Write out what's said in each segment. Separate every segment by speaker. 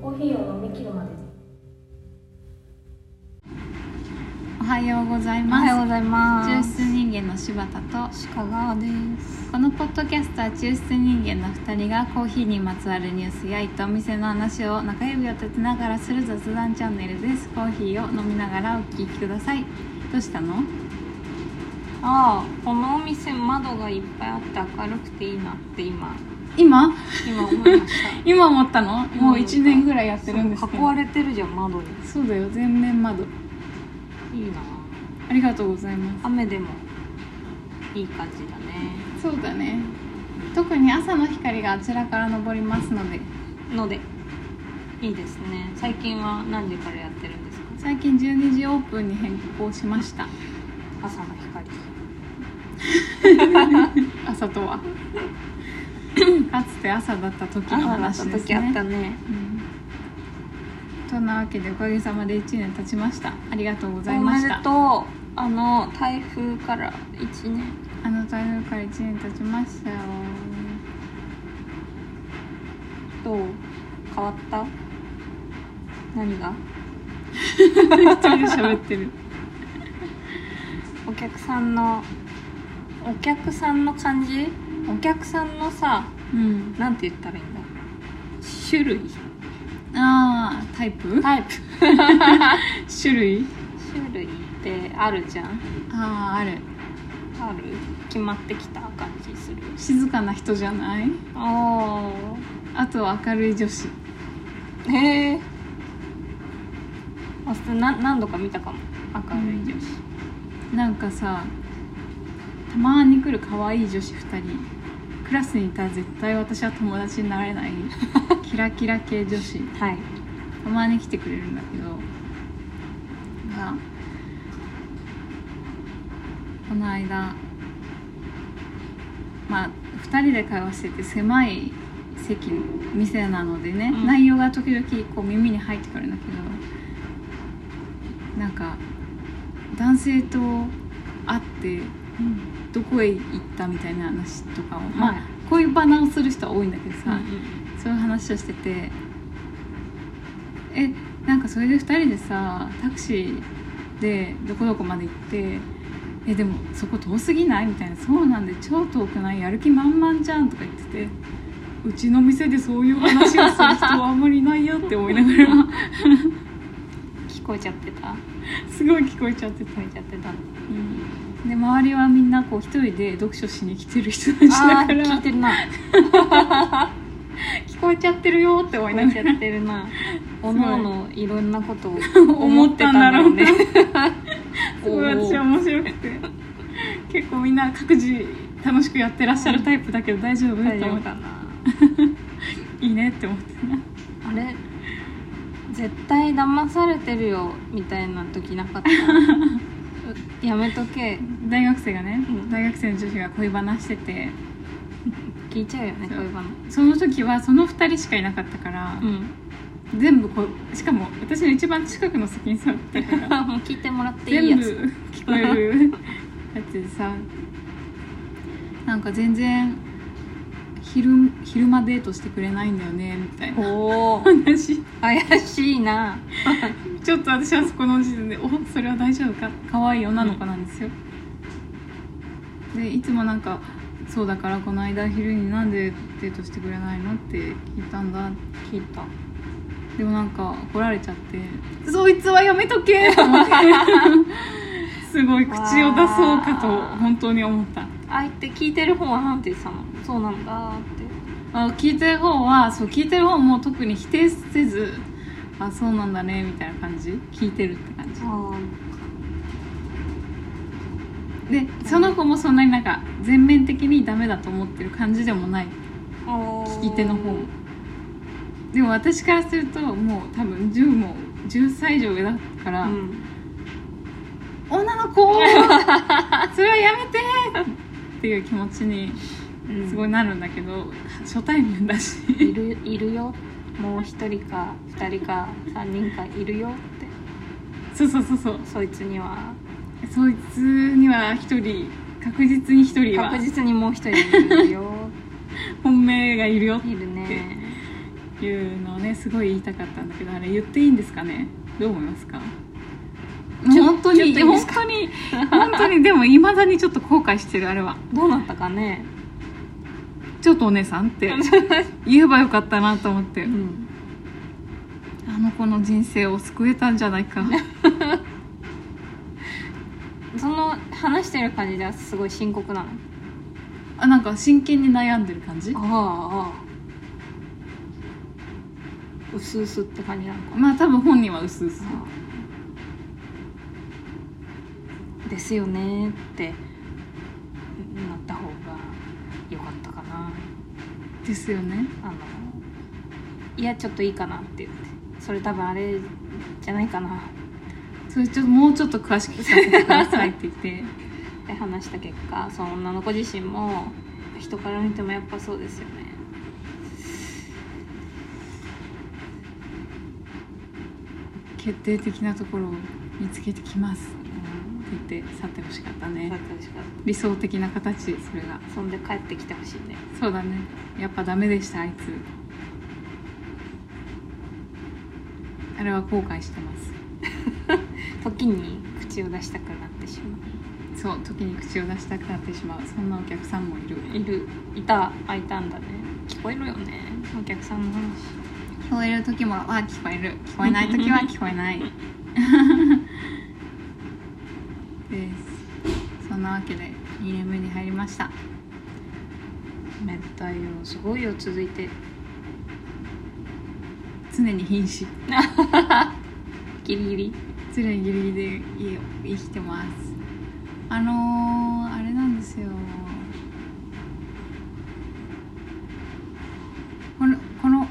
Speaker 1: コーヒーを飲み切るまで
Speaker 2: おはようござい
Speaker 3: おはよう
Speaker 2: ま
Speaker 3: ござい
Speaker 2: す。抽
Speaker 3: ます。
Speaker 2: 出人間の柴田と
Speaker 3: 鹿川です。
Speaker 2: このポッドキャストは抽出人間の2人がコーヒーにまつわるニュースや行ったお店の話を中指を立てながらする雑談チャンネルです。コーヒーを飲みながらお聞きください。どうしたの？
Speaker 3: ああ、このお店窓がいっぱいあって明るくていいなって今
Speaker 2: 今？
Speaker 3: 今思いまし
Speaker 2: 今思ったの？
Speaker 3: た。
Speaker 2: もう1年ぐらいやってるんです
Speaker 3: そう
Speaker 2: け
Speaker 3: 囲
Speaker 2: ど。
Speaker 3: われてるじゃん窓に。
Speaker 2: そうだよ全面窓。
Speaker 3: いいな。
Speaker 2: ありがとうございま
Speaker 3: 雨でもいい感じだね。
Speaker 2: す。そうだね。特に朝の光があちらから昇りますので、
Speaker 3: のでいいですね。最近は何時からやってるんですか。
Speaker 2: 最近12時オープンに変更しました。
Speaker 3: 朝の光。
Speaker 2: 朝と はかつて朝だった時の
Speaker 3: 朝だっ
Speaker 2: 話
Speaker 3: た
Speaker 2: です
Speaker 3: 時
Speaker 2: ね
Speaker 3: あったね。
Speaker 2: うんそんなわけでおかげさまで1年経ちましたありがとうご
Speaker 3: お
Speaker 2: ざいま
Speaker 3: め
Speaker 2: し
Speaker 3: で
Speaker 2: た
Speaker 3: とう。あの台風から一年。
Speaker 2: あの台風から1年経ちましたよ
Speaker 3: どう変わった何が
Speaker 2: 一人で喋ってる
Speaker 3: お客さんのお客さんの感じお客さんのさ
Speaker 2: うん
Speaker 3: なんて言ったらいいんだ種類
Speaker 2: ああタイプ
Speaker 3: タイプ
Speaker 2: 種類
Speaker 3: 種類ってあるじゃん
Speaker 2: ああある
Speaker 3: ある決まってきた感じする
Speaker 2: 静かな人じゃない
Speaker 3: あ
Speaker 2: あとは明るい女子
Speaker 3: あへえあそれな何度か見たかも明るい女子、
Speaker 2: なんかさたまに来る可愛い女子2人クラスにいたら絶対私は友達になれないキラキラ系女子
Speaker 3: はい
Speaker 2: たまに来てくれるんだけどなんかこの間まあ2人で会話してて狭い席店なのでね、
Speaker 3: うん
Speaker 2: 内容が時々こう耳に入ってくるんだけどなんか男性と会って
Speaker 3: うん
Speaker 2: どこへ行ったみたいな話とかを、ま
Speaker 3: は
Speaker 2: あ
Speaker 3: い
Speaker 2: こういうバナをする人は多いんだけどさ、
Speaker 3: うん
Speaker 2: そういう話をしててえなんかそれで2人でさタクシーでどこどこまで行ってえでもそこ遠すぎないみたいなそうなんで超遠くないやる気満々じゃんとか言っててうちの店でそういう話をする人はあんまりいないよって思いながら
Speaker 3: 聞こえちゃってた聞
Speaker 2: すごい聞こえちゃってた
Speaker 3: こ。えちゃってた
Speaker 2: うんで周りはみんなこう一人で読書しに来てる人たち
Speaker 3: あ
Speaker 2: だ
Speaker 3: ー
Speaker 2: から
Speaker 3: 聞い
Speaker 2: 聞
Speaker 3: てるな
Speaker 2: こえちゃってるよって思いな
Speaker 3: 思っ
Speaker 2: が
Speaker 3: ち
Speaker 2: ら
Speaker 3: ゃってるな。 おのおのいろんなこと を
Speaker 2: 思ってたんだろうね
Speaker 3: 思ってたんだろうね。
Speaker 2: す ごい私は面白くて結構みんな各自楽しくやってらっしゃるタイプだけど大丈夫
Speaker 3: 大
Speaker 2: と
Speaker 3: 丈
Speaker 2: 思
Speaker 3: 夫
Speaker 2: っ
Speaker 3: か
Speaker 2: た
Speaker 3: な。
Speaker 2: いいねって思ってね
Speaker 3: あれ絶対騙されてるよみたいな時なかっ た。うやめとけ
Speaker 2: 大学生がね、
Speaker 3: うん
Speaker 2: 大学生の女子が恋バナしてて
Speaker 3: 聞いちゃうよね
Speaker 2: そう
Speaker 3: 恋バナ。
Speaker 2: その時はその2人しかいなかったから
Speaker 3: う、ん。
Speaker 2: 全部こうしかも私の一番近くの席に座ってたから
Speaker 3: もう聞いてもらっていい
Speaker 2: 全
Speaker 3: や
Speaker 2: 部
Speaker 3: つ。
Speaker 2: 聞こえ るやつでさなんか全然昼昼間デートしてくれないんだよねみたいな
Speaker 3: おお
Speaker 2: 話
Speaker 3: 怪しいな。
Speaker 2: ちょっと私はそこの時点で「おそれは大丈夫か可愛い女の子なんですよ」でいつもなんか「そうだからこの間昼になんでデートしてくれないの?」って 聞いたんだ
Speaker 3: 聞いた。
Speaker 2: でもなんか怒られちゃって「そいつはやめとけ!」と思って すごい口を出そうかと本当に思った
Speaker 3: あいて聞いてる方はなんて言ってたの。そうなんだって。
Speaker 2: あ聞いてる方はそう聞いてる方も特に否定せず「あそうなんだね」みたいな感じ聞いてるって感じ
Speaker 3: あ
Speaker 2: でその子もそんなになんか全面的にダメだと思ってる感じでもない
Speaker 3: あ。おー
Speaker 2: 聞き手の方もでも私からするともう多分10も10歳以上上だから「
Speaker 3: うん。
Speaker 2: 女の 子それはやめて!」っていう気持ちにすごいなるんだけど、初対面だし
Speaker 3: いるいるよもう一人か二人か三人かいるよって
Speaker 2: そうそうそうそう
Speaker 3: そいつには
Speaker 2: そいつには一人確実に一人は
Speaker 3: 確実にもう一人いるよ
Speaker 2: 本命がいるよっ
Speaker 3: いるね
Speaker 2: ていうのをねすごい言いたかったんだけどあれ言っていいんですかねどう思いますか
Speaker 3: ちょ
Speaker 2: 本当に
Speaker 3: ちょっといいです
Speaker 2: 本当に本当にでもいまだにちょっと後悔してるあれは
Speaker 3: どうなったかね
Speaker 2: ちょっとお姉さん って言えばよかったなと思って
Speaker 3: うん
Speaker 2: あの子の人生を救えたんじゃないか
Speaker 3: その話してる感じではすごい深刻なの
Speaker 2: あなんか真剣に悩んでる感じ
Speaker 3: あああうすうすって感じなのかな
Speaker 2: まあ多分本人はうすうす
Speaker 3: ですよねってなった方が良かったかな
Speaker 2: ですよね
Speaker 3: あのいやちょっといいかなって言ってそれ多分あれじゃないかな
Speaker 2: それちょっともうちょっと詳しく聞かせてくださいって言って
Speaker 3: って話した結果その女の子自身も人から見てもやっぱそうですよね
Speaker 2: 決定的なところを見つけてきますって言って去ってほしかった
Speaker 3: だ
Speaker 2: ね
Speaker 3: ってしか
Speaker 2: 理想的な形それが
Speaker 3: そんで帰ってきてほしいね
Speaker 2: そうだねやっぱダメでしたあいつあれは後悔してま
Speaker 3: 時に口を出したくなってしまう
Speaker 2: すそう時に口を出したくなってしまうそんなお客さんもいる
Speaker 3: いるいたあいたんだね聞こえるよねお客さんの話
Speaker 2: 聞こえる時もは聞こえる聞こえない時は 聞こえないですそんなわけで2年目に入りました
Speaker 3: めったいよすごいよ続いて
Speaker 2: 常に瀕死
Speaker 3: ギリギリ
Speaker 2: 常にギリギリで生きてますあのー、あれなんですよこのこの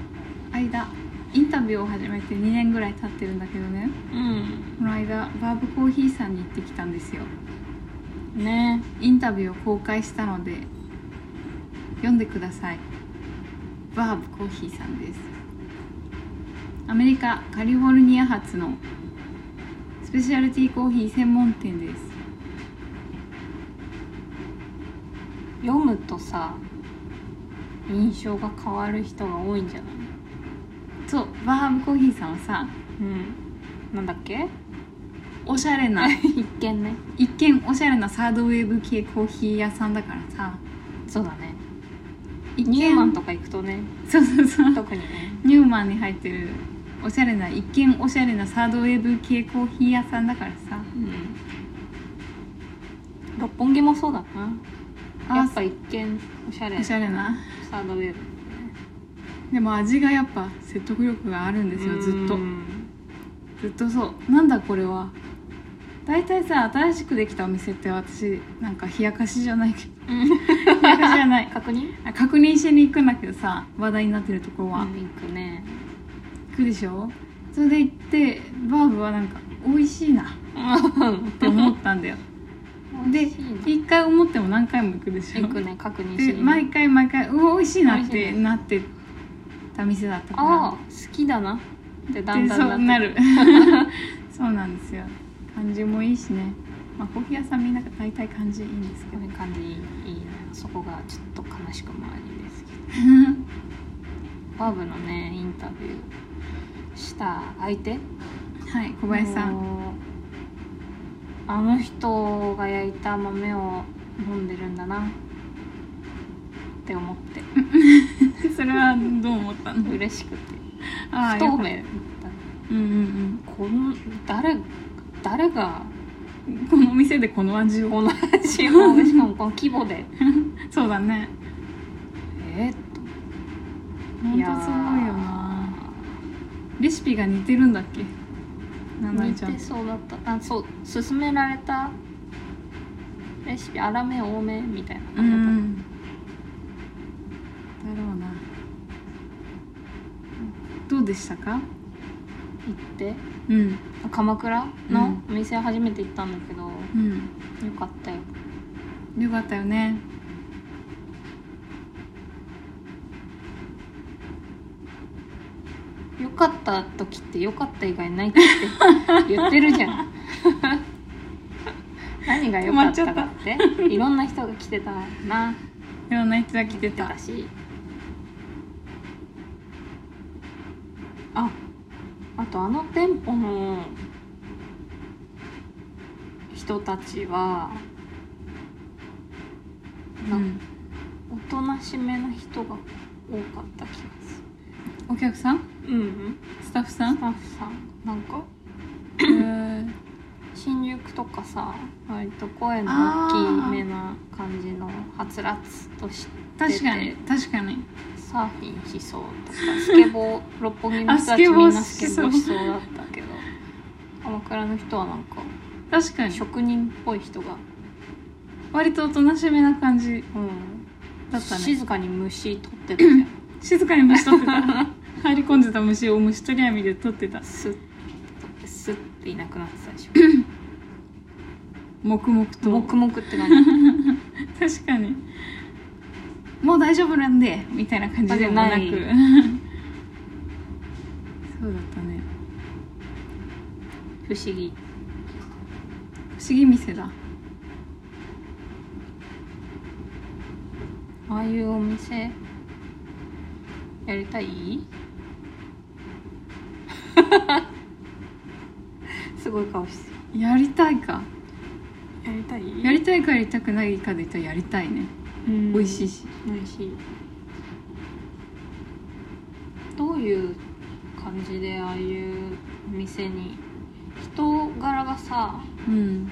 Speaker 2: 間インタビューを始めて2年ぐらい経ってるんだけどね
Speaker 3: うん
Speaker 2: この間バーブコーヒーさんに行ってきたんですよ
Speaker 3: ね
Speaker 2: インタビューを公開したので読んでくださいバーブコーヒーさんですアメリカカリフォルニア発のスペシャルティーコーヒー専門店です
Speaker 3: 読むとさ印象が変わる人が多いんじゃない
Speaker 2: そうバーブコーヒーさんはさ
Speaker 3: うんなんだっけ
Speaker 2: おしゃれな
Speaker 3: 一見ね
Speaker 2: 一見おしゃれなサードウェーブ系コーヒー屋さんだからさ
Speaker 3: そうだね
Speaker 2: 一見
Speaker 3: ニューマンとか行くとね
Speaker 2: そうそうそう
Speaker 3: 特にね
Speaker 2: ニューマンに入ってるおしゃれな一見おしゃれなサードウェーブ系コーヒー屋さんだからさ
Speaker 3: うん六本木もそうだなやっぱ一見おしゃれ
Speaker 2: おしゃれな
Speaker 3: サードウェーブ
Speaker 2: でも味がやっぱ説得力があるんですよずっと
Speaker 3: うん
Speaker 2: ずっとそうなんだこれは大体さ新しくできたお店って私なんか冷やかしじゃないけど冷やかしじゃない
Speaker 3: 確認
Speaker 2: あ確認しに行くんだけどさ話題になってるところは、
Speaker 3: うん行くね
Speaker 2: 行くでしょそれで行ってバーブはなんか美味しいなって思ったんだよで
Speaker 3: 行
Speaker 2: 一回思っても何回も行くでしょ
Speaker 3: くね確認し
Speaker 2: で
Speaker 3: に
Speaker 2: 毎回毎回うわ美味しいなっ
Speaker 3: 美味してい
Speaker 2: なってた店だったから
Speaker 3: ああ好きだなってだん
Speaker 2: で
Speaker 3: だ
Speaker 2: そうんな
Speaker 3: って
Speaker 2: る そうなんですよ感じもいいしね、まあ、コーヒー屋さんみんな大体感じいいんですけ
Speaker 3: こ
Speaker 2: ど
Speaker 3: ういう感じいいなそこがちょっと悲しくもありで すけどバーブのねインタビューした相手
Speaker 2: はい小林さ
Speaker 3: あ
Speaker 2: ん
Speaker 3: のあの人が焼いた豆を飲んでるんだなって思って
Speaker 2: それはどう思ったの
Speaker 3: 嬉しくて
Speaker 2: ああや
Speaker 3: 不透
Speaker 2: っぱ
Speaker 3: 明だ
Speaker 2: うんうん
Speaker 3: この誰誰が
Speaker 2: うんこのお店でこの味を
Speaker 3: 同じものしかもこの規模で
Speaker 2: そうだね
Speaker 3: えっと
Speaker 2: 本当すごいよなレシピが似てるんだっけなな
Speaker 3: 似
Speaker 2: いちゃん
Speaker 3: てそうだったあそう勧められたレシピ粗め多めみたいな
Speaker 2: う
Speaker 3: 感
Speaker 2: んだろうなどうでしたか
Speaker 3: じだった、行って
Speaker 2: うん
Speaker 3: 鎌倉のお店初めて行ったんだけど、
Speaker 2: うん
Speaker 3: よかったよ
Speaker 2: よかったよね
Speaker 3: よかった 時ってよかった以外ないって言って言ってるじゃん何が良かったかっていろんな人が来てたない
Speaker 2: ろんな人が来て
Speaker 3: 来て
Speaker 2: た
Speaker 3: たしああとあの店舗の人たちは
Speaker 2: うん、
Speaker 3: おとなしめな人が多かった気がす
Speaker 2: お客さん
Speaker 3: るうん
Speaker 2: スタッフさん
Speaker 3: スタッフさんなんか
Speaker 2: へー
Speaker 3: 新宿とかさ割と声の大きめな感じのはつらつとして
Speaker 2: 確かに確かに
Speaker 3: サーフィンしそうとかスケボー六本木の人たち
Speaker 2: あスケボー
Speaker 3: みんなスケボー
Speaker 2: し
Speaker 3: し
Speaker 2: そ
Speaker 3: そううだったけど鎌倉の人はなんか
Speaker 2: 確かに
Speaker 3: 職人っぽい人が、
Speaker 2: 割とおとなしめな感じ
Speaker 3: うん、
Speaker 2: だったね
Speaker 3: 静かに虫取ってたじゃ ん
Speaker 2: 静かに虫取って た入り込んでた虫を虫取り網で取ってた
Speaker 3: スッとスッていなくなってたでし
Speaker 2: 黙々
Speaker 3: ょ
Speaker 2: と
Speaker 3: 黙々って感
Speaker 2: 確かにもう大丈夫なんでみたいな感じでもなく
Speaker 3: まず な
Speaker 2: そうだったね
Speaker 3: じ不思議
Speaker 2: 不思議店だ
Speaker 3: ああいうお店やりたい すごい顔して
Speaker 2: やりたいか
Speaker 3: やりたい
Speaker 2: やりたいかやりたくないかで言ったらやりたいね、
Speaker 3: うん
Speaker 2: 美味しいし
Speaker 3: 美味しいどういう感じでああいうお店に人柄がさ
Speaker 2: うん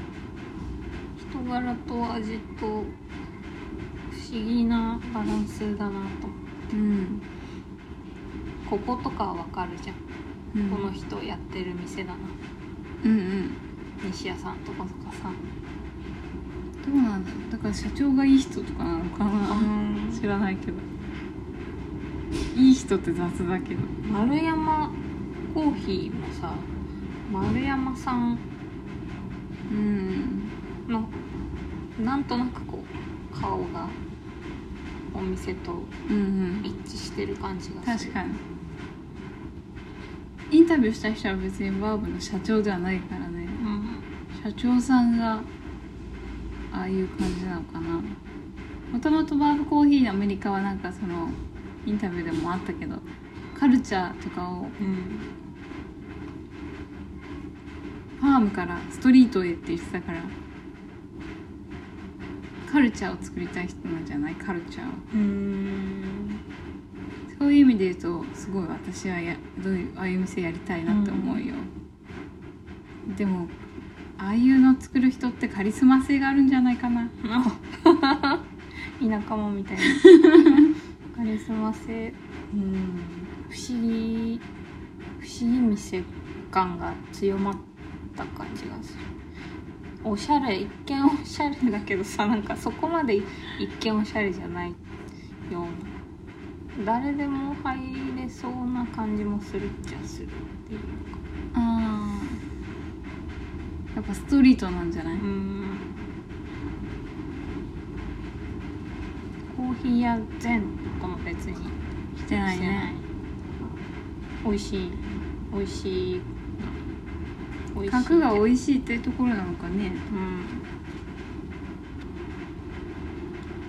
Speaker 3: 人柄と味と不思議なバランスだなと
Speaker 2: うん、
Speaker 3: こことかはわかるじゃん、
Speaker 2: うん、
Speaker 3: この人やってる店だな
Speaker 2: うんうん
Speaker 3: 西屋さんとかとかさ
Speaker 2: どうなんだろうだから社長がいい人とかなのかな知らないけどいい人って雑だけど
Speaker 3: 丸山コーヒーもさ丸山さん
Speaker 2: うん
Speaker 3: のなんとなくこう顔がお店と
Speaker 2: うんうん
Speaker 3: 一致してる感じが
Speaker 2: 確
Speaker 3: する
Speaker 2: かにインタビューした人は別にバーブの社長ではないからね
Speaker 3: うん
Speaker 2: 社長さんがああいう感じなのかなもともとバーブコーヒーのアメリカはなんかそのインタビューでもあったけどカルチャーとかを
Speaker 3: うん
Speaker 2: ファームからストリートへって言ってたからカルチャーを作りたい人なんじゃないカルチャーを
Speaker 3: うん
Speaker 2: そういう意味で言うとすごい私はやどういうああいう店やりたいなって思うよ、でもああいうの作る人ってカリスマ性があるんじゃないかな
Speaker 3: 田舎もみたいなカリスマ性うん不思議不思議店感が強まった感じがするおしゃれ一見おしゃれだけどさなんかそこまで一見おしゃれじゃないような誰でも入れそうな感じもするっちゃするっていうか
Speaker 2: あーやっぱストリートなんじゃない、
Speaker 3: うんコーヒー屋全とも別に
Speaker 2: してない
Speaker 3: してない
Speaker 2: ね
Speaker 3: 美味しい美味しい美味しい
Speaker 2: 角が美味しいってところなのかね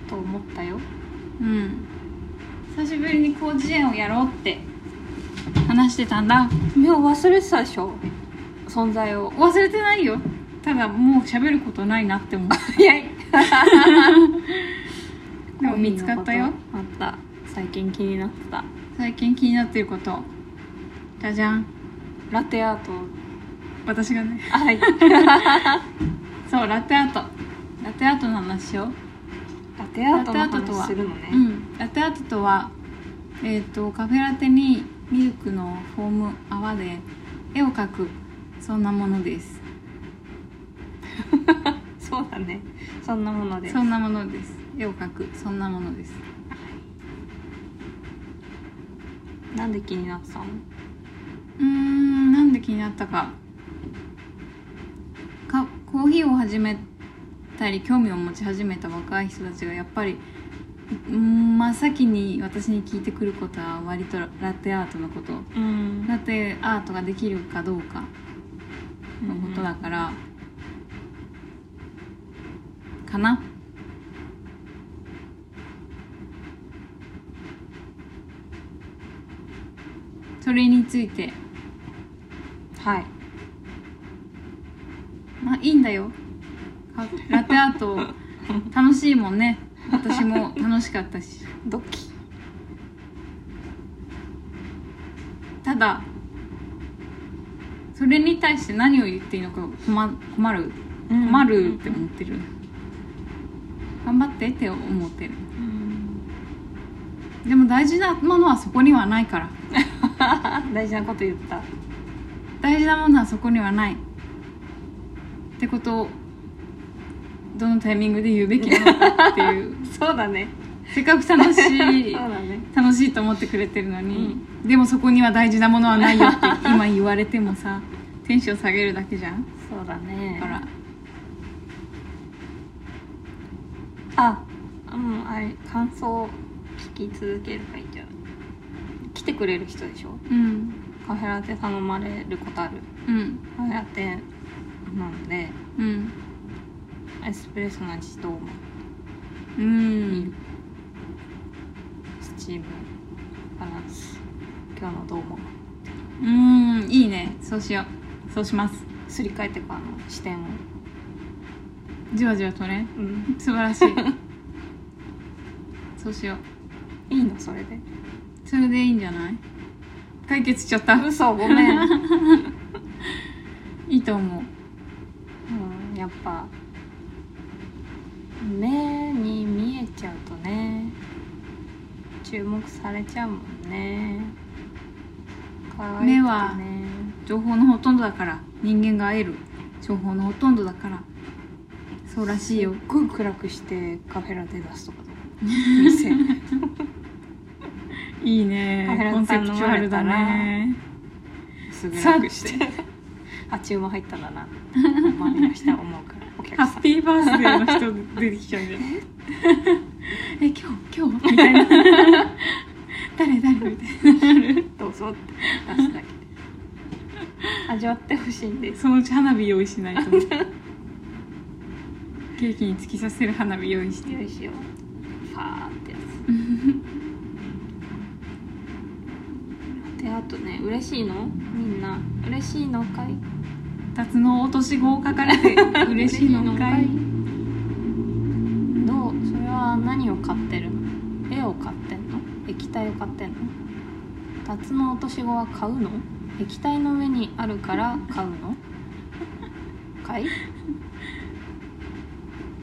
Speaker 3: うんと思ったよ
Speaker 2: うん久しぶりに広辞苑をやろうって話してたんだ
Speaker 3: 目を忘れてたでしょ存在を
Speaker 2: 忘れてないよただもう喋ることないなって思って
Speaker 3: 早い
Speaker 2: でも見つかったよ
Speaker 3: あった最近気になってた
Speaker 2: 最近気になっていることじゃじゃん
Speaker 3: ラテアート
Speaker 2: 私がね
Speaker 3: あはい
Speaker 2: そうラテアートラテアートの話を
Speaker 3: ラテアートの
Speaker 2: ラテアートとは
Speaker 3: 話するのね
Speaker 2: うんラテアートとはえっ、とカフェラテにミルクのフォーム泡で絵を描くそんなものです
Speaker 3: そうだねそんなもので
Speaker 2: そんなものです絵を描くそんなものです
Speaker 3: なんで気になってたの
Speaker 2: うーんなんで気になったかかコーヒーを始めたり興味を持ち始めた若い人たちがやっぱりうーん真っ先に私に聞いてくることは割とラテアートのこと
Speaker 3: うん
Speaker 2: ラテアートができるかどうかのことだから、かなそれについて
Speaker 3: はい
Speaker 2: まあいいんだよかラテアート楽しいもんね私も楽しかったし
Speaker 3: ドキ
Speaker 2: ただそれに対して何を言っていいのか困困る
Speaker 3: うん
Speaker 2: 困るって思ってる、頑張ってって思ってる
Speaker 3: うん
Speaker 2: でも大事なものはそこにはないから
Speaker 3: 大事なこと言った
Speaker 2: 大事なものはそこにはないってことをどのタイミングで言うべきなのかっていう
Speaker 3: そうだね
Speaker 2: せっかく楽し
Speaker 3: そう
Speaker 2: い
Speaker 3: だね
Speaker 2: 楽しいと思ってくれてるのに、でもそこには大事なものはないよ って今言われてもさテンション下げるだけじゃん
Speaker 3: そうだね
Speaker 2: だから
Speaker 3: あうんあれ感想を聞き続ければいいんじゃない来てくれる人でしょ
Speaker 2: うん
Speaker 3: カフェラテ頼まれることある
Speaker 2: うん
Speaker 3: カフェラテなんで
Speaker 2: うん
Speaker 3: エスプレッソの味と
Speaker 2: うん
Speaker 3: スチームバランス今日のどうも
Speaker 2: うんいいねそうしようそうします
Speaker 3: すり替えてくあの視点を
Speaker 2: じわじわとね
Speaker 3: うん
Speaker 2: 素晴ら しいそうしよう
Speaker 3: いいのそれで
Speaker 2: それでいいんじゃない解決しちゃった
Speaker 3: 嘘ごめん、うん、
Speaker 2: いいと思う
Speaker 3: やっぱ目に見えちゃうとね注目されちゃうもんね可愛くてね
Speaker 2: 目は情報のほとんどだから人間が会える情報のほとんどだからそうらしいよ
Speaker 3: すっごい暗くしてカフェラテ出すとかだ店
Speaker 2: いいね
Speaker 3: カフェラテ
Speaker 2: コンセプチュアルだね
Speaker 3: すぐ暗くしてあ注文入ったんだな周りの人は思う からお客
Speaker 2: ハ
Speaker 3: さ
Speaker 2: ッピーバースデーの人出てきちゃうじゃん え今日今日みたい な誰誰みたいなん
Speaker 3: どうぞって出すだけで 味わってほしいんです
Speaker 2: そのうち花火用意しないとケーキに突き刺せる花火用意して
Speaker 3: よいしょファーっ てやつであとね嬉しいのみんな嬉しいのかい
Speaker 2: 辰の落とし子を書かれて嬉しいのかい
Speaker 3: どうそれは何を買ってるの絵を買ってんの液体を買ってんのタツノオトシゴは買うの液体の上にあるから買う の買い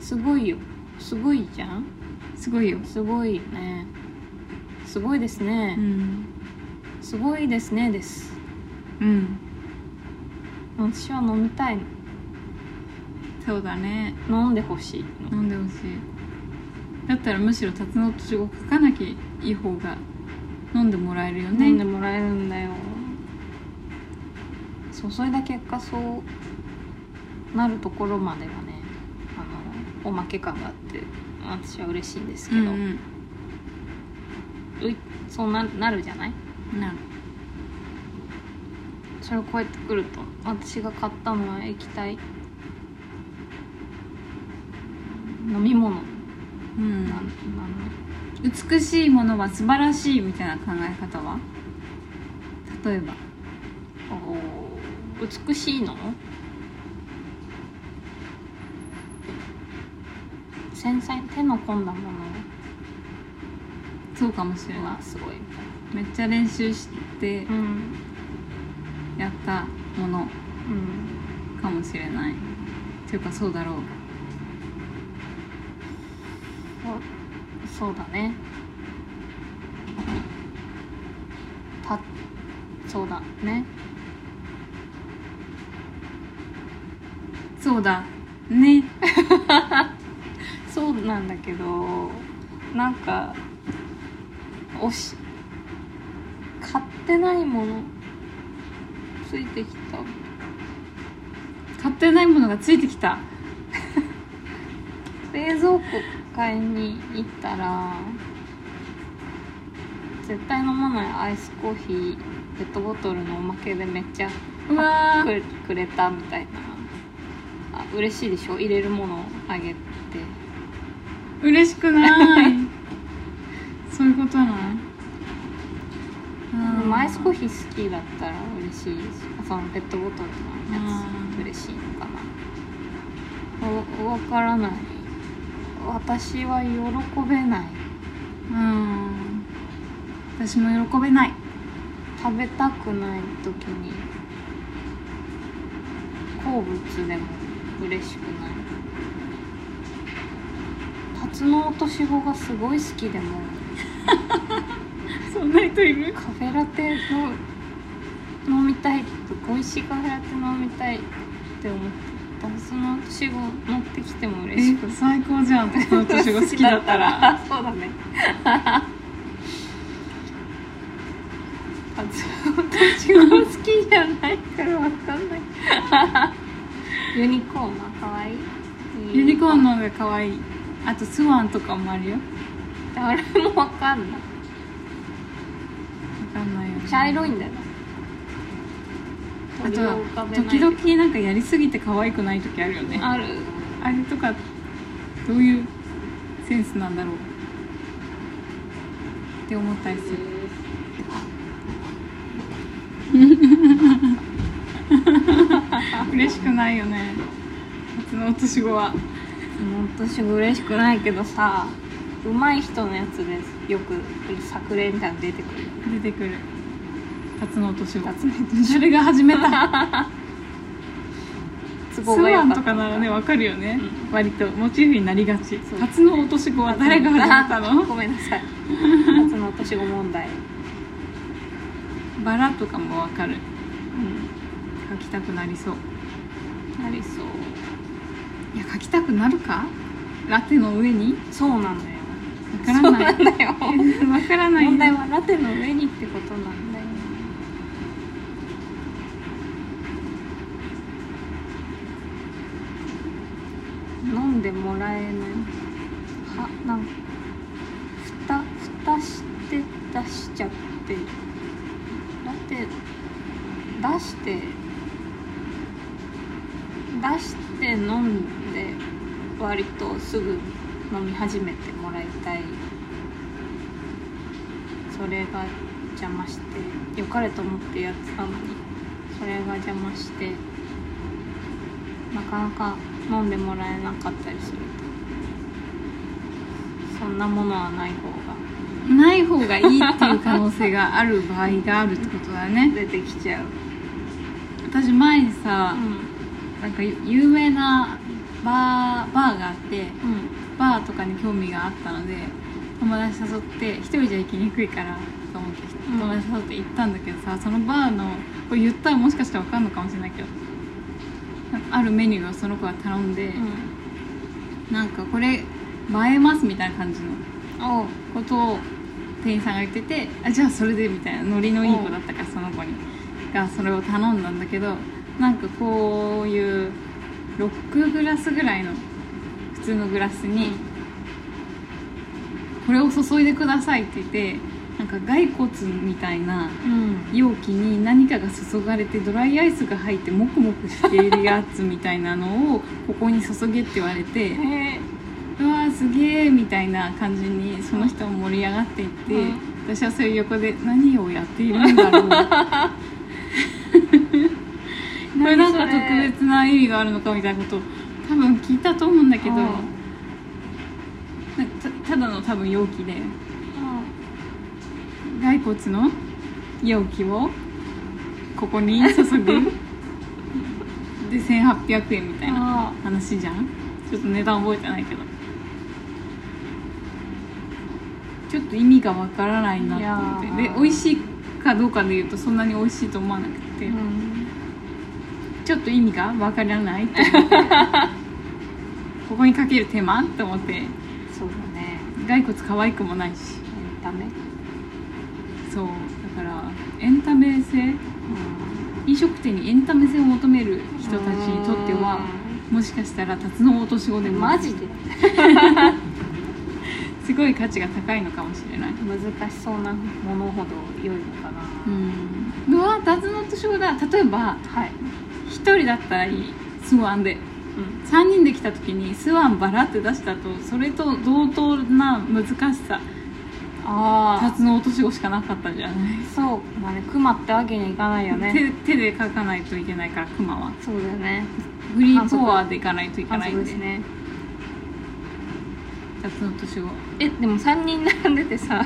Speaker 3: すごいよすごいじゃん
Speaker 2: すごいよ、
Speaker 3: すごいよねすごいです
Speaker 2: う
Speaker 3: ね、
Speaker 2: ん
Speaker 3: すごいですねです
Speaker 2: うん、
Speaker 3: 私は飲みたいの
Speaker 2: そうだね
Speaker 3: 飲んでほしいの
Speaker 2: 飲んでほしいだったらむしろ辰の落とし子を書かなきゃいい方が飲んでもらえるよね
Speaker 3: 飲んでもらえるんだよ注いだ結果そうなるところまではねあのおまけ感があって私は嬉しいんですけ
Speaker 2: う
Speaker 3: ど、
Speaker 2: んうん
Speaker 3: ういそうななるじゃない
Speaker 2: なる
Speaker 3: それを超えてくると私が買ったのは液体飲み物な
Speaker 2: う
Speaker 3: なんの
Speaker 2: 美しいものは素晴らしいみたいな考え方は例えば
Speaker 3: おー美しいの繊細手の込んだも
Speaker 2: そうかもしれ
Speaker 3: の
Speaker 2: な
Speaker 3: がすごい、
Speaker 2: いめっちゃ練習して
Speaker 3: うん
Speaker 2: やったもの
Speaker 3: うん、
Speaker 2: かもしれないというかそうだろう
Speaker 3: そうだねたそうだね
Speaker 2: そうだね
Speaker 3: そうなんだけどなんかおし買ってないものついてきた
Speaker 2: 買ってないものがついてきた
Speaker 3: 冷蔵庫買いに行ったら絶対飲まないアイスコーヒーペットボトルのおまけでめっちゃ
Speaker 2: うわ
Speaker 3: く
Speaker 2: ー
Speaker 3: れくれたみたいなあ嬉しいでしょ入れるものをあげて
Speaker 2: 嬉しくないそういうことなんうん
Speaker 3: アイスコーヒー好きだったら嬉しいですそのペットボトルのや
Speaker 2: う
Speaker 3: つ
Speaker 2: ん
Speaker 3: 嬉しいのかなわわからない私は喜べない
Speaker 2: うん私も喜べない
Speaker 3: 食べたくない時に好物でも嬉しくないタツノオトシゴがすごい好きでも
Speaker 2: そんな人いる
Speaker 3: カフェラテの飲みたいと美味しいカフェラテ飲みたいって思ってたその年を持ってきても嬉しく
Speaker 2: え最高じゃん私の年が好きだったら
Speaker 3: そうだねあその年を好きじゃないからわかんない ユニコーンは可愛い
Speaker 2: ユニコー
Speaker 3: ン
Speaker 2: ンの方が可愛いあとスワンとかもあるよ
Speaker 3: 誰もわかんない
Speaker 2: わかんないよね
Speaker 3: 茶色いんだよ
Speaker 2: あと
Speaker 3: 鳥を浮かべない
Speaker 2: 時々なんかやりすぎて可愛くない時あるよねあ
Speaker 3: ある
Speaker 2: れとかどういうセンスなんだろうって思ったり する嬉しくないよね夏の落とし子は
Speaker 3: 本当し嬉しくないけどさうまい人のやつですよく作例みたいなの出てくる
Speaker 2: 出てくる夏の落とし子
Speaker 3: 集めて
Speaker 2: それが始めた
Speaker 3: 都
Speaker 2: ス
Speaker 3: 合が良
Speaker 2: ワン
Speaker 3: か
Speaker 2: と
Speaker 3: っ
Speaker 2: か
Speaker 3: た
Speaker 2: ならねわかるよね、割とモチーフになりがち
Speaker 3: そう
Speaker 2: 夏の落とし子は誰が始めた
Speaker 3: ご
Speaker 2: の
Speaker 3: めんな さい夏の年子問題、
Speaker 2: バラとかもわかる
Speaker 3: う、
Speaker 2: 描きたくなりそうん
Speaker 3: ありそう
Speaker 2: いや描きたくなるかラテの上に
Speaker 3: そうなんだよ
Speaker 2: わからない
Speaker 3: そうなんだよ
Speaker 2: わからない
Speaker 3: 問題はラテの上にってことなんだよ飲んでもらえないはなんか蓋蓋して出しちゃってるラテ出して出して飲んで割とすぐ飲み始めてもらいたいそれが邪魔して良かれと思ってやってたのにそれが邪魔してなかなか飲んでもらえなかったりするとそんなものはない方が
Speaker 2: ない方がいいっていう可能性がある場合があるってことだね
Speaker 3: 出てきちゃう、
Speaker 2: 私前にさ、
Speaker 3: うん
Speaker 2: なんか有名なバーバーがあって
Speaker 3: うん、
Speaker 2: バーとかに興味があったので友達誘って一人じゃ行きにくいからと思って
Speaker 3: うん
Speaker 2: 友達誘って行ったんだけどさ、そのバーのこれ言ったらもしかしたら分かんのかもしれないけどなんかあるメニューをその子が頼んで、
Speaker 3: う
Speaker 2: なんかこれ映えますみたいな感じの
Speaker 3: ん、おう
Speaker 2: ことを店員さんが言っててあじゃあそれでみたいなノリのいい子だったからその子にがそれを頼んだんだけどなんかこういう6グラスぐらいの普通のグラスに、これを注いでくださいって言ってなんか骸骨みたいな
Speaker 3: うん、
Speaker 2: 容器に何かが注がれてドライアイスが入ってモクモクしているやつみたいなのをここに注げって言われて。
Speaker 3: え
Speaker 2: うわーすげーみたいな感じにその人も盛り上がっていって、
Speaker 3: うん
Speaker 2: 私はそれ横で何をやっているんだろ うこれなんか特別な意味があるのかみたいなことを多分聞いたと思うんだけど、
Speaker 3: うん
Speaker 2: なんかたただの多分容器で骸骨の容器をここに注ぐ で1800円みたいな
Speaker 3: あ
Speaker 2: 話じゃんちょっと値段覚えてないけどちょっと意味がわからないなと思って
Speaker 3: い
Speaker 2: で
Speaker 3: やー
Speaker 2: 美味しいかどうかで言うとそんなに美味しいと思わなくて、
Speaker 3: うん、
Speaker 2: ちょっと意味がわから ないと思ってここにかける手間と思って
Speaker 3: そうだね
Speaker 2: 骸骨可愛くもないし
Speaker 3: エンタメ、
Speaker 2: そうだからエンタメ性
Speaker 3: うん、
Speaker 2: 飲食店にエンタメ性を求める人たちにとってはもしかしたら辰の落とし子
Speaker 3: う
Speaker 2: で
Speaker 3: ん
Speaker 2: も
Speaker 3: マジです
Speaker 2: ごい価値が高いのかもしれない
Speaker 3: 難しそうなものほど良いのかな、
Speaker 2: うんうわタツノオトシゴだ例えば
Speaker 3: はい
Speaker 2: 一人だったらいいスワンで
Speaker 3: うん
Speaker 2: 3人で来た時にスワンバラって出したとそれと同等な難しさタ
Speaker 3: あ
Speaker 2: ツノオトシゴしかなかったんじゃない、
Speaker 3: あそうまあねクマってわけにいかないよね
Speaker 2: 手手で描かないといけないからクマは
Speaker 3: そうだよね
Speaker 2: グリーンフォワーでいかないといけ
Speaker 3: あ
Speaker 2: ない
Speaker 3: そうんで
Speaker 2: です
Speaker 3: ね
Speaker 2: タツノオトシゴ
Speaker 3: えでも3人並んでて さ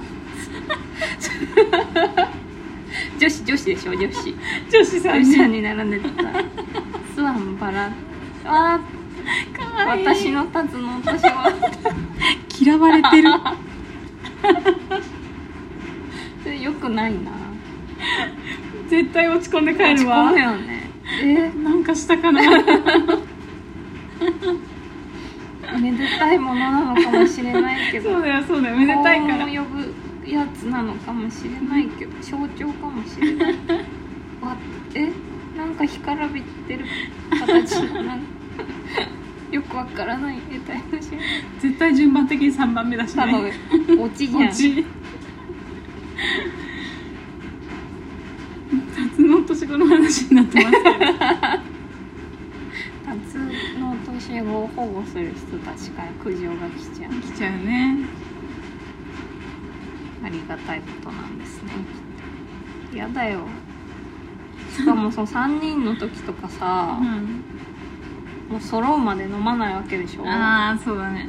Speaker 3: 女子女子でしょ女 子
Speaker 2: 女子さ
Speaker 3: 女
Speaker 2: ん
Speaker 3: 子 さん
Speaker 2: に
Speaker 3: に並んでてさスワンバラあ
Speaker 2: か
Speaker 3: あ
Speaker 2: わいい
Speaker 3: 私の立つの私は
Speaker 2: 嫌われてる
Speaker 3: それよくないな
Speaker 2: 絶対落ち込んで帰る
Speaker 3: 落
Speaker 2: わ
Speaker 3: ち込むよねえ
Speaker 2: なんかした かな
Speaker 3: めでたいものなのかもしれないけど
Speaker 2: そうだよそうだよめでたいから
Speaker 3: 幸運を呼ぶやつなのかもしれないけど象徴かもしれないわえなんか干からびてる形のなんかよくわからないえ大変し
Speaker 2: 絶対順番的に3番目だした
Speaker 3: だ
Speaker 2: ね
Speaker 3: の落ちじゃん
Speaker 2: 落ちタツノオトシゴの話になってますけど
Speaker 3: 夏の年を保護する人たちから苦情が来ちゃう
Speaker 2: 来ちゃうね
Speaker 3: ありがたいことなんですねきっとやだよしかもその3人の時とかさ、
Speaker 2: う
Speaker 3: もう揃うまで飲まないわけでしょ
Speaker 2: んああそうだね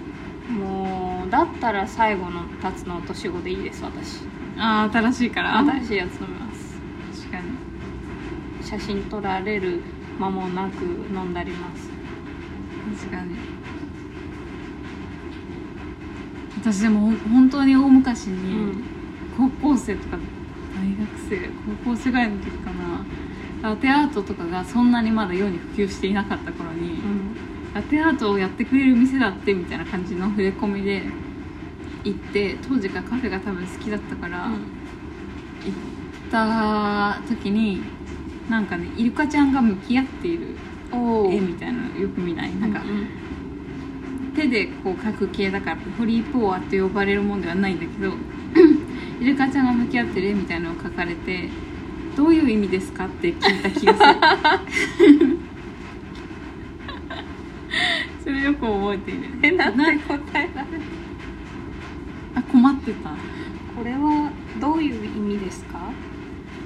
Speaker 3: もうだったら最後の2つのお年子でいいです私
Speaker 2: ああ新しいから
Speaker 3: 新しいやつ飲みます
Speaker 2: 確かに
Speaker 3: 写真撮られる間もなく飲んだります
Speaker 2: 確かに私でもほん本当に大昔
Speaker 3: う
Speaker 2: に
Speaker 3: ん
Speaker 2: 高校生とか大学生高校生ぐらいの時かなラテアートとかがそんなにまだ世に普及していなかった頃に、
Speaker 3: うん
Speaker 2: ラテアートをやってくれる店だってみたいな感じの触れ込みで行って当時からカフェが多分好きだったから、行った時になんかねイルカちゃんが向き合っている
Speaker 3: おお
Speaker 2: 絵みたいなのよく見ないなんか
Speaker 3: うん
Speaker 2: 手でこう描く系だからフリーポーアって呼ばれるもんではないんだけどイルカちゃんが向き合ってる絵みたいなのを描かれてどういう意味ですかって聞いた気がするそれよく覚えている
Speaker 3: えなんて答えられる
Speaker 2: あ困ってた
Speaker 3: これはどういう意味ですか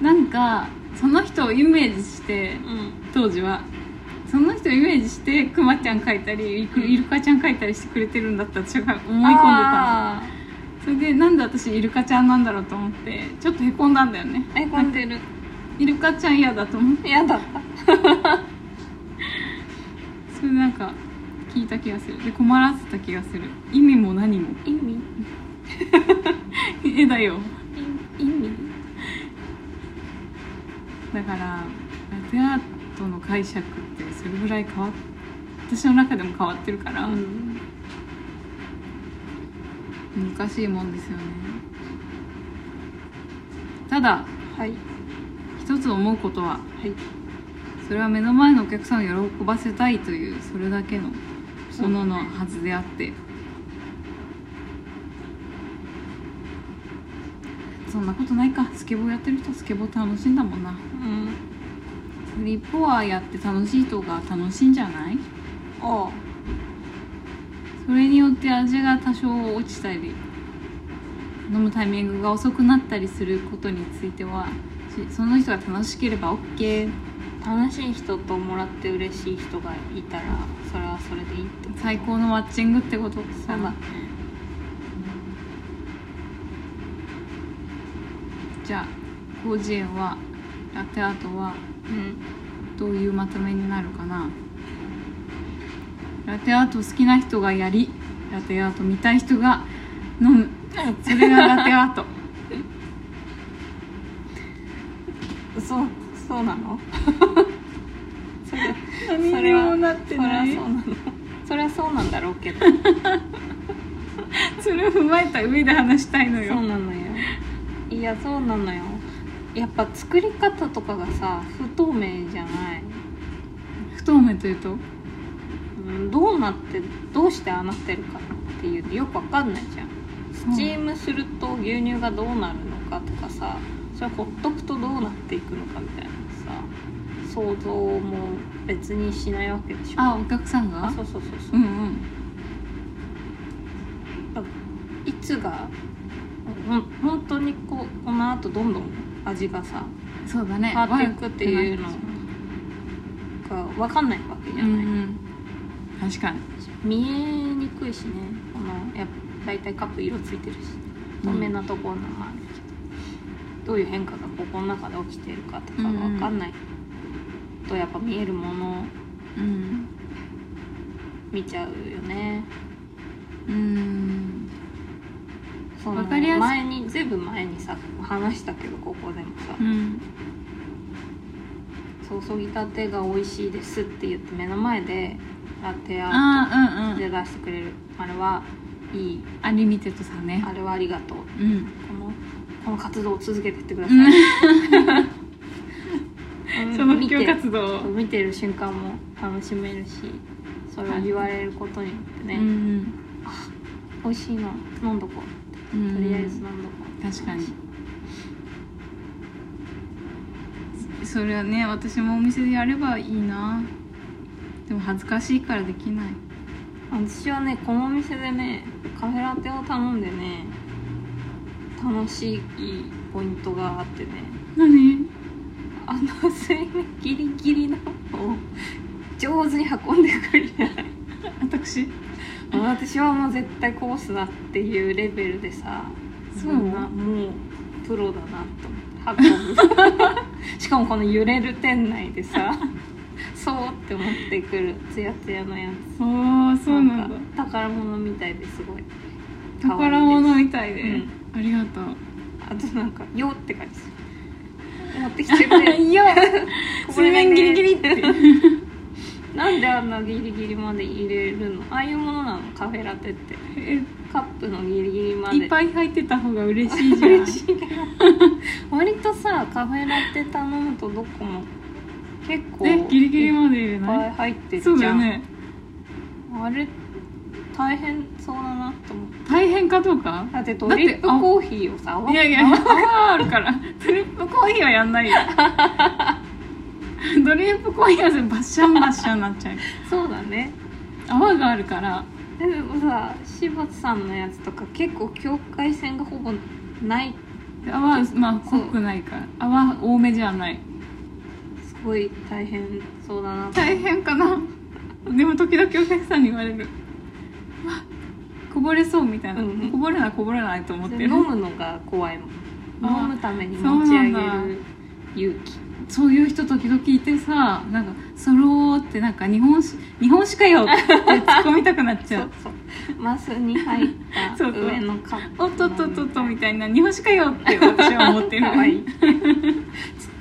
Speaker 2: なんかその人をイメージして
Speaker 3: うん
Speaker 2: 当時はその人をイメージしてクマちゃん描いたりイクイルカちゃん描いたりしてくれてるんだったって私が思い込んでたの
Speaker 3: あ
Speaker 2: それでなんで私イルカちゃんなんだろうと思ってちょっとへこんだんだよね
Speaker 3: ーえ混んでる
Speaker 2: イルカちゃん嫌だと思って
Speaker 3: 嫌だった
Speaker 2: それでなんか聞いた気がするで困らせた気がする意味も何も
Speaker 3: 意味
Speaker 2: 絵だよ
Speaker 3: 意味
Speaker 2: だからラテアートの解釈ってそれぐらい変わっ私の中でも変わってるから、
Speaker 3: うん
Speaker 2: 難しいもんですよねただ
Speaker 3: はい
Speaker 2: 一つ思うことは
Speaker 3: はい
Speaker 2: それは目の前のお客さんを喜ばせたいというそれだけのもののはずであってそんなことないかスケボーやってる人はスケボー楽しいんだもんな
Speaker 3: うん
Speaker 2: フリップはやって楽しい人が楽しいんじゃない
Speaker 3: おう
Speaker 2: それによって味が多少落ちたり飲むタイミングが遅くなったりすることについてはしその人が楽しければ OK
Speaker 3: 楽しい人ともらって嬉しい人がいたらそれはそれでいいってこと
Speaker 2: 最高のマッチングってこと
Speaker 3: そうだ
Speaker 2: じゃあ広辞苑はラテアートは
Speaker 3: うん
Speaker 2: どういうまとめになるかなラテアート好きな人がやりラテアート見たい人が飲むそれがラテアー ト
Speaker 3: そうそうなの それ
Speaker 2: 何にもなってない
Speaker 3: それはそうなのそれは そうなんだろうけど
Speaker 2: それを踏まえた上で話したいの
Speaker 3: そうなのよいやそうなのよやっぱ作り方とかがさ不透明じゃない、
Speaker 2: 不透明というと
Speaker 3: うん、どうなってどうしてああなってるかっていうのよくわかんないじゃんスチームすると牛乳がどうなるのかとかさそれほっとくとどうなっていくのかみたいなさ想像も別にしないわけでしょ
Speaker 2: あお客さんが
Speaker 3: そうそうそうそ
Speaker 2: う
Speaker 3: う
Speaker 2: んうん
Speaker 3: いつがほん本当にこうこの後どんどん味がさ
Speaker 2: そうだね
Speaker 3: 変わっていくっていうのが分かんないわけじ
Speaker 2: う
Speaker 3: ゃ
Speaker 2: ん
Speaker 3: ない、
Speaker 2: うん確かに
Speaker 3: 見えにくいしねこのやっぱ大体カップ色ついてるし
Speaker 2: うん
Speaker 3: 透明なところのもあるけど、どういう変化がここの中で起きてるかとかが分かんないとやっぱ見えるものを
Speaker 2: うん
Speaker 3: 見ちゃうよね。
Speaker 2: うん
Speaker 3: その
Speaker 2: わかりやすい
Speaker 3: 前にずいぶん前にさ話したけどここでもさ
Speaker 2: うん
Speaker 3: 「注ぎたてが美味しいです」って言って目の前でラテアー
Speaker 2: あーう
Speaker 3: ト
Speaker 2: んう
Speaker 3: で
Speaker 2: ん
Speaker 3: 出してくれるあれはいい
Speaker 2: アンリミテッドさんね
Speaker 3: あれはありがとう
Speaker 2: うん
Speaker 3: このこの活動を続けていってください、 うん
Speaker 2: その布
Speaker 3: 見て
Speaker 2: 教活動
Speaker 3: そう見てる瞬間も楽しめるしそれを言われることによって
Speaker 2: う
Speaker 3: ね、
Speaker 2: ん
Speaker 3: 美味しいの飲んどこ
Speaker 2: う
Speaker 3: うんとりあえず飲んどこう
Speaker 2: 確かにそそれはね私もお店でやればいいなでも恥ずかしいからできない
Speaker 3: 私はねこのお店でねカフェラテを頼んでね楽しいポイントがあってね
Speaker 2: 何
Speaker 3: あの水面ギリギリのを上手に運んでくるじゃない
Speaker 2: 私
Speaker 3: 私はもう絶対こぼすなっていうレベルでさ
Speaker 2: そう
Speaker 3: みんなもうプロだなと思って 運ぶしかもこの揺れる店内で さそうって持ってくるツヤツヤのやつ
Speaker 2: ああそうなんだ
Speaker 3: か宝物みたいですごい可愛いです
Speaker 2: 宝物みたいで、
Speaker 3: うん
Speaker 2: ありがとう
Speaker 3: あとなんか「よ」って感じする持ってきてくれ
Speaker 2: いや
Speaker 3: これ
Speaker 2: 水面ギリギリ
Speaker 3: ってなんであんなギリギリまで入れるのああいうものなのカフェラテって
Speaker 2: え
Speaker 3: カップのギリギリまで
Speaker 2: いっぱい入ってた方が嬉しいじゃん
Speaker 3: 嬉しいね割とさカフェラテ頼むとどこも結構
Speaker 2: えギリギリまで入れ
Speaker 3: いっぱ
Speaker 2: ない
Speaker 3: い入ってるじ
Speaker 2: そ
Speaker 3: ゃん
Speaker 2: うだよね
Speaker 3: あれ大変そうだなと思って
Speaker 2: 大変かどうか
Speaker 3: だってドリップコーヒーをさ
Speaker 2: いやいや泡があるからドリップコーヒーはやんない よドリップコーヒーはさバッシャンバッシャンになっちゃう
Speaker 3: そうだね
Speaker 2: 泡があるから
Speaker 3: でもさ柴田さんのやつとか結構境界線がほぼない
Speaker 2: 泡まあ濃くないから泡多めじゃない
Speaker 3: すごい大変そうだなと
Speaker 2: 大変かなでも時々お客さんに言われるわこぼれそうみたいな、
Speaker 3: うんうん
Speaker 2: こぼれないこぼれないと思ってる
Speaker 3: 飲むのが怖いもん
Speaker 2: あ
Speaker 3: 飲むために
Speaker 2: そう
Speaker 3: 持ち
Speaker 2: な
Speaker 3: 上
Speaker 2: ん
Speaker 3: げ
Speaker 2: だ
Speaker 3: る勇気
Speaker 2: そういう人時々いてさなんかそろーってなんか日本酒日本酒かよって突っ込みたくなっち
Speaker 3: そ
Speaker 2: ゃう
Speaker 3: うそうマスに入った
Speaker 2: そうそう
Speaker 3: 上のカップ
Speaker 2: おっとっとっとっとみたいな日本酒かよって私は思ってる
Speaker 3: 可愛い 突っ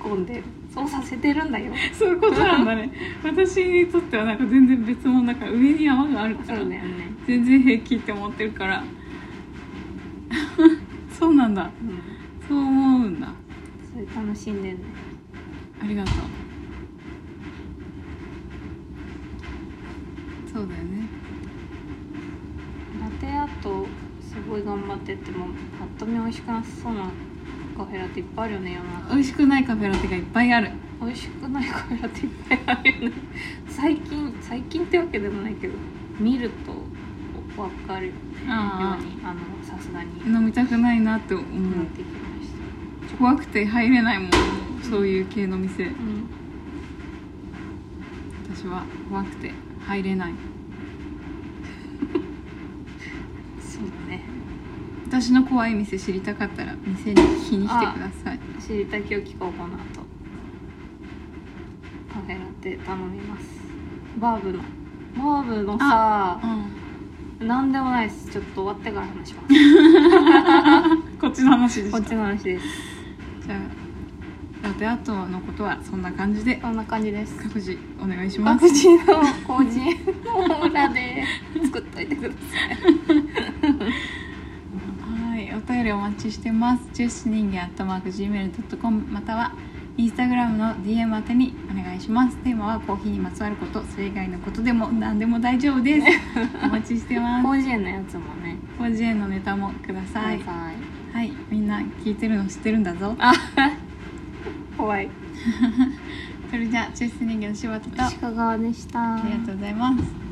Speaker 3: 込んでるそうさせてるんだよ
Speaker 2: そういうことなんだね私にとってはなんか全然別物だから上に泡があるか
Speaker 3: そう
Speaker 2: ら、
Speaker 3: だよね、
Speaker 2: 全然平気って思ってるから そうなんだ
Speaker 3: うん、
Speaker 2: そう思うんだ
Speaker 3: それ楽しんでるね
Speaker 2: ありがとうそうだよね
Speaker 3: ラテアートすごい頑張っててもぱっと見美味しくなさそうなカフェラテいっぱいあるよね世の中
Speaker 2: 美味しくないカフェラテがいっぱいある
Speaker 3: 美味しくないカフェラテいっぱいあるよね最近最近ってわけでもないけど見ると分かるように
Speaker 2: あ
Speaker 3: あのさすがにな
Speaker 2: 飲みたくないなって思
Speaker 3: っ
Speaker 2: う
Speaker 3: てきました、
Speaker 2: 怖くて入れないもんそういう系の店
Speaker 3: うん
Speaker 2: 私は怖くて入れない
Speaker 3: そうだね
Speaker 2: 私の怖い店知りたかったら店に聞きに来てください
Speaker 3: 知りたきを聞こうこの後カフェラテ頼みますバーブのバーブのさ
Speaker 2: う
Speaker 3: なんでもないですちょっと終わってから話します
Speaker 2: ん こっちの話で
Speaker 3: こっ
Speaker 2: した
Speaker 3: ちの話です
Speaker 2: じゃあラテアートのことはそんな感じで
Speaker 3: こんな感じです
Speaker 2: 各自お願いしま
Speaker 3: 各
Speaker 2: す
Speaker 3: 自の工事の裏で作っといてください
Speaker 2: はい、お便りお待ちしてます。ジュース人間アットマーク gmail.com またはインスタグラムの DM 宛てにお願いします。テーマはコーヒーにまつわること、それ以外のことでも何でも大丈夫です。お待ちしてま
Speaker 3: 広
Speaker 2: す。
Speaker 3: 辞苑のやつもね。
Speaker 2: コージ園のネタもください。
Speaker 3: はい。
Speaker 2: はい、 みんな聞いてるの知ってるんだぞ。
Speaker 3: 怖い。
Speaker 2: と
Speaker 3: それじゃあ抽出人間の柴田とあ
Speaker 2: 鹿川でした
Speaker 3: りがとうございます